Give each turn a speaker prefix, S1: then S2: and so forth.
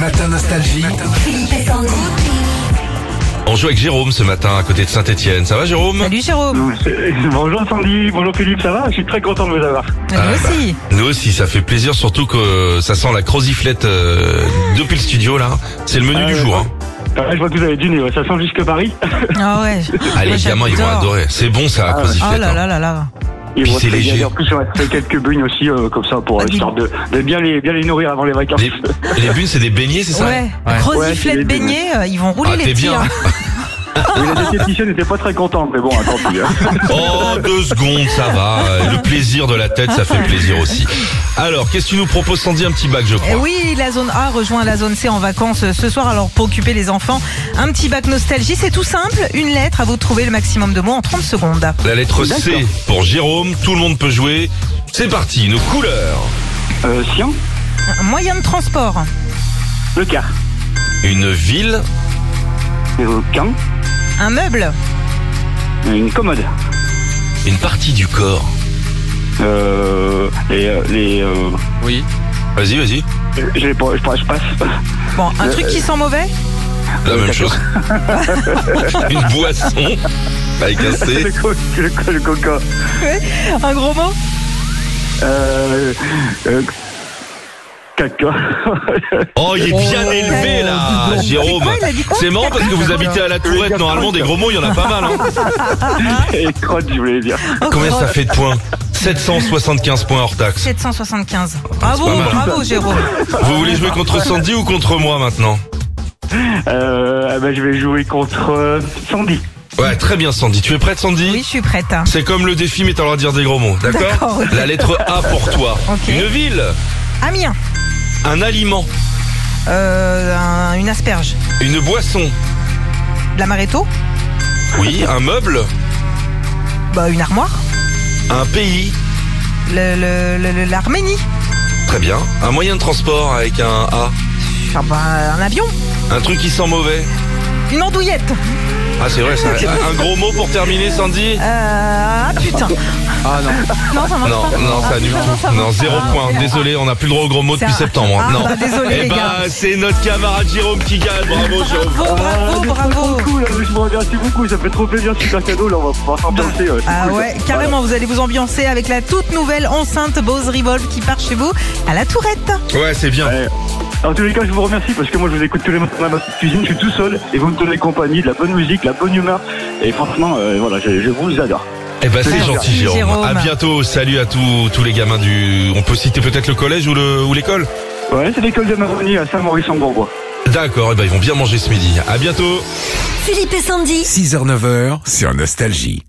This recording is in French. S1: Matin Nostalgie.
S2: Philippe et Sandy.
S3: On joue avec Jérôme ce matin à côté de Saint-Etienne. Ça va Jérôme
S4: Salut Jérôme,
S5: Bonjour Sandy, bonjour Philippe, ça va Je suis très content de vous avoir.
S4: nous aussi.
S3: Ah, bah, Nous aussi, ça fait plaisir, surtout que euh, ça sent la croziflette euh, depuis le studio là. C'est le menu
S5: Ah,
S3: du
S5: ouais,
S3: jour.
S5: ouais.
S3: Hein.
S5: Ah, je vois que vous avez dîné, ouais, ça sent jusque Paris.
S4: Ah ouais.
S3: Ah, les
S4: Moi,
S3: gamins, ils vont
S4: j'adore.
S3: adorer. C'est bon ça, la
S5: Ah, ouais.
S4: Oh
S3: croziflette.
S4: là
S3: hein.
S4: là là là.
S5: Et
S3: Puis
S5: bon,
S3: c'est
S5: très bien,
S3: léger.
S5: et En plus, on va se faire quelques bugnes aussi, euh, comme ça, pour
S4: Ah, dis-
S5: histoire de, de bien les, bien les nourrir avant les vacances.
S3: Les, les bunes, c'est des beignets, c'est ça
S4: Ouais,
S3: Ouais.
S4: grosse
S5: Ouais,
S4: giflette
S5: c'est les
S4: baignée, euh, ils vont rouler
S3: Ah,
S4: les
S3: t'es
S4: petits.
S3: bien.
S4: hein.
S5: Oui, la diététicienne n'était pas très contente, mais bon, attends, pis, hein.
S3: Oh, deux secondes, ça va. Euh, Le plaisir de la tête, ça fait plaisir aussi. Alors, qu'est-ce que tu nous proposes, Sandy Un petit bac, je
S4: Eh
S3: crois.
S4: oui, la zone A rejoint la zone C en vacances euh, ce soir. Alors pour occuper les enfants, un petit bac nostalgie, c'est tout simple. Une lettre, à vous de trouver le maximum de mots en 30 secondes.
S3: La lettre C
S5: D'accord.
S3: pour Jérôme. Tout le monde peut jouer. C'est parti, nos couleurs.
S5: Euh, Sion,
S4: Un Moyen de transport,
S5: le car,
S3: Une ville,
S5: euh, Caen,
S4: un meuble,
S5: une commode,
S3: une partie du corps.
S5: euh, et euh, les... Euh,
S3: Vas-y, vas-y.
S5: je, l'ai pas, je, passe- je passe.
S4: bon, un truc qui sent mauvais,
S3: La
S5: Euh,
S3: même
S5: d'accord.
S3: chose. Une boisson avec un C.
S5: Le, co- le, co- le coca.
S4: un gros mot,
S5: Euh, euh, caca.
S3: Oh, il est bien élevé
S4: Oh,
S3: là, Jérôme.
S4: quoi, il a dit quoi
S3: C'est marrant parce que vous habitez à la Tourette. Normalement, des gros mots, il y en a pas mal. Hein.
S5: et crotte, je voulais dire.
S3: Combien ça fait de points 775 points hors taxe.
S4: 775. Bravo,
S3: Ah, pas mal.
S4: bravo Jérôme.
S3: Vous voulez jouer contre Sandy ou contre moi maintenant
S5: Euh, ah bah, je vais jouer contre euh, Sandy.
S3: Ouais, très bien, Sandy. Tu es prête, Sandy
S4: Oui, je suis prête. hein.
S3: C'est comme le défi, mais t'as le droit de dire des gros mots,
S4: D'accord,
S3: d'accord
S4: ok.
S3: La lettre A pour toi.
S4: Ok.
S3: Une ville,
S4: Amiens,
S3: un aliment,
S4: euh, un- une asperge,
S3: une boisson,
S4: de la maréto,
S3: oui, un meuble,
S4: bah, une armoire.
S3: un pays,
S4: Le- le- le- le- l'Arménie.
S3: très bien, un moyen de transport avec un A,
S4: Enfin, bah, un avion.
S3: un truc qui sent mauvais.
S4: Une andouillette.
S3: Ah c'est vrai, ça. Un- un gros mot pour terminer Sandy
S4: Euh, ah putain.
S3: Ah non.
S4: Non, ça marche
S3: Non,
S4: pas.
S3: non,
S4: Ah,
S3: ça annule
S4: putain, non, ça
S3: tout. Non,
S4: marche
S3: zéro
S4: pas.
S3: point.
S4: Ah,
S3: Désolé, on n'a plus le droit aux gros mots depuis
S4: C'est un-
S3: septembre. hein.
S4: Ah,
S3: Non.
S4: bah, désolé,
S3: Eh
S4: les gars.
S3: ben, c'est notre camarade Jérôme qui gagne. Bravo Jérôme.
S4: Bravo,
S5: Ah,
S4: bravo, bravo.
S5: Cool, hein, je vous remercie beaucoup, ça fait trop plaisir, super cadeau, là on va pouvoir s'ambiancer. ouais, c'est
S4: Ah
S5: cool,
S4: ouais,
S5: ça.
S4: carrément, vous allez vous ambiancer avec la toute nouvelle enceinte Bose Revolve qui part chez vous à la Tourette.
S3: Ouais, c'est bien.
S5: Ouais. En tous les cas, je vous remercie parce que moi je vous écoute tous les matins dans ma petite cuisine, je suis tout seul et vous me donnez compagnie, de la bonne musique, de la bonne humeur et franchement, euh, voilà, je, je vous adore.
S3: Eh ben, c'est
S5: Merci,
S3: gentil Jérôme.
S4: Jérôme.
S3: À bientôt. Salut à tous tous les gamins du. On peut citer peut-être le collège ou le ou l'école.
S5: Ouais, c'est l'école de Maroni à Saint-Maurice-en-Bourbois.
S3: D'accord, eh ben, ils vont bien manger ce midi. À bientôt.
S2: Philippe et Sandy.
S1: 6h-9h sur Nostalgie.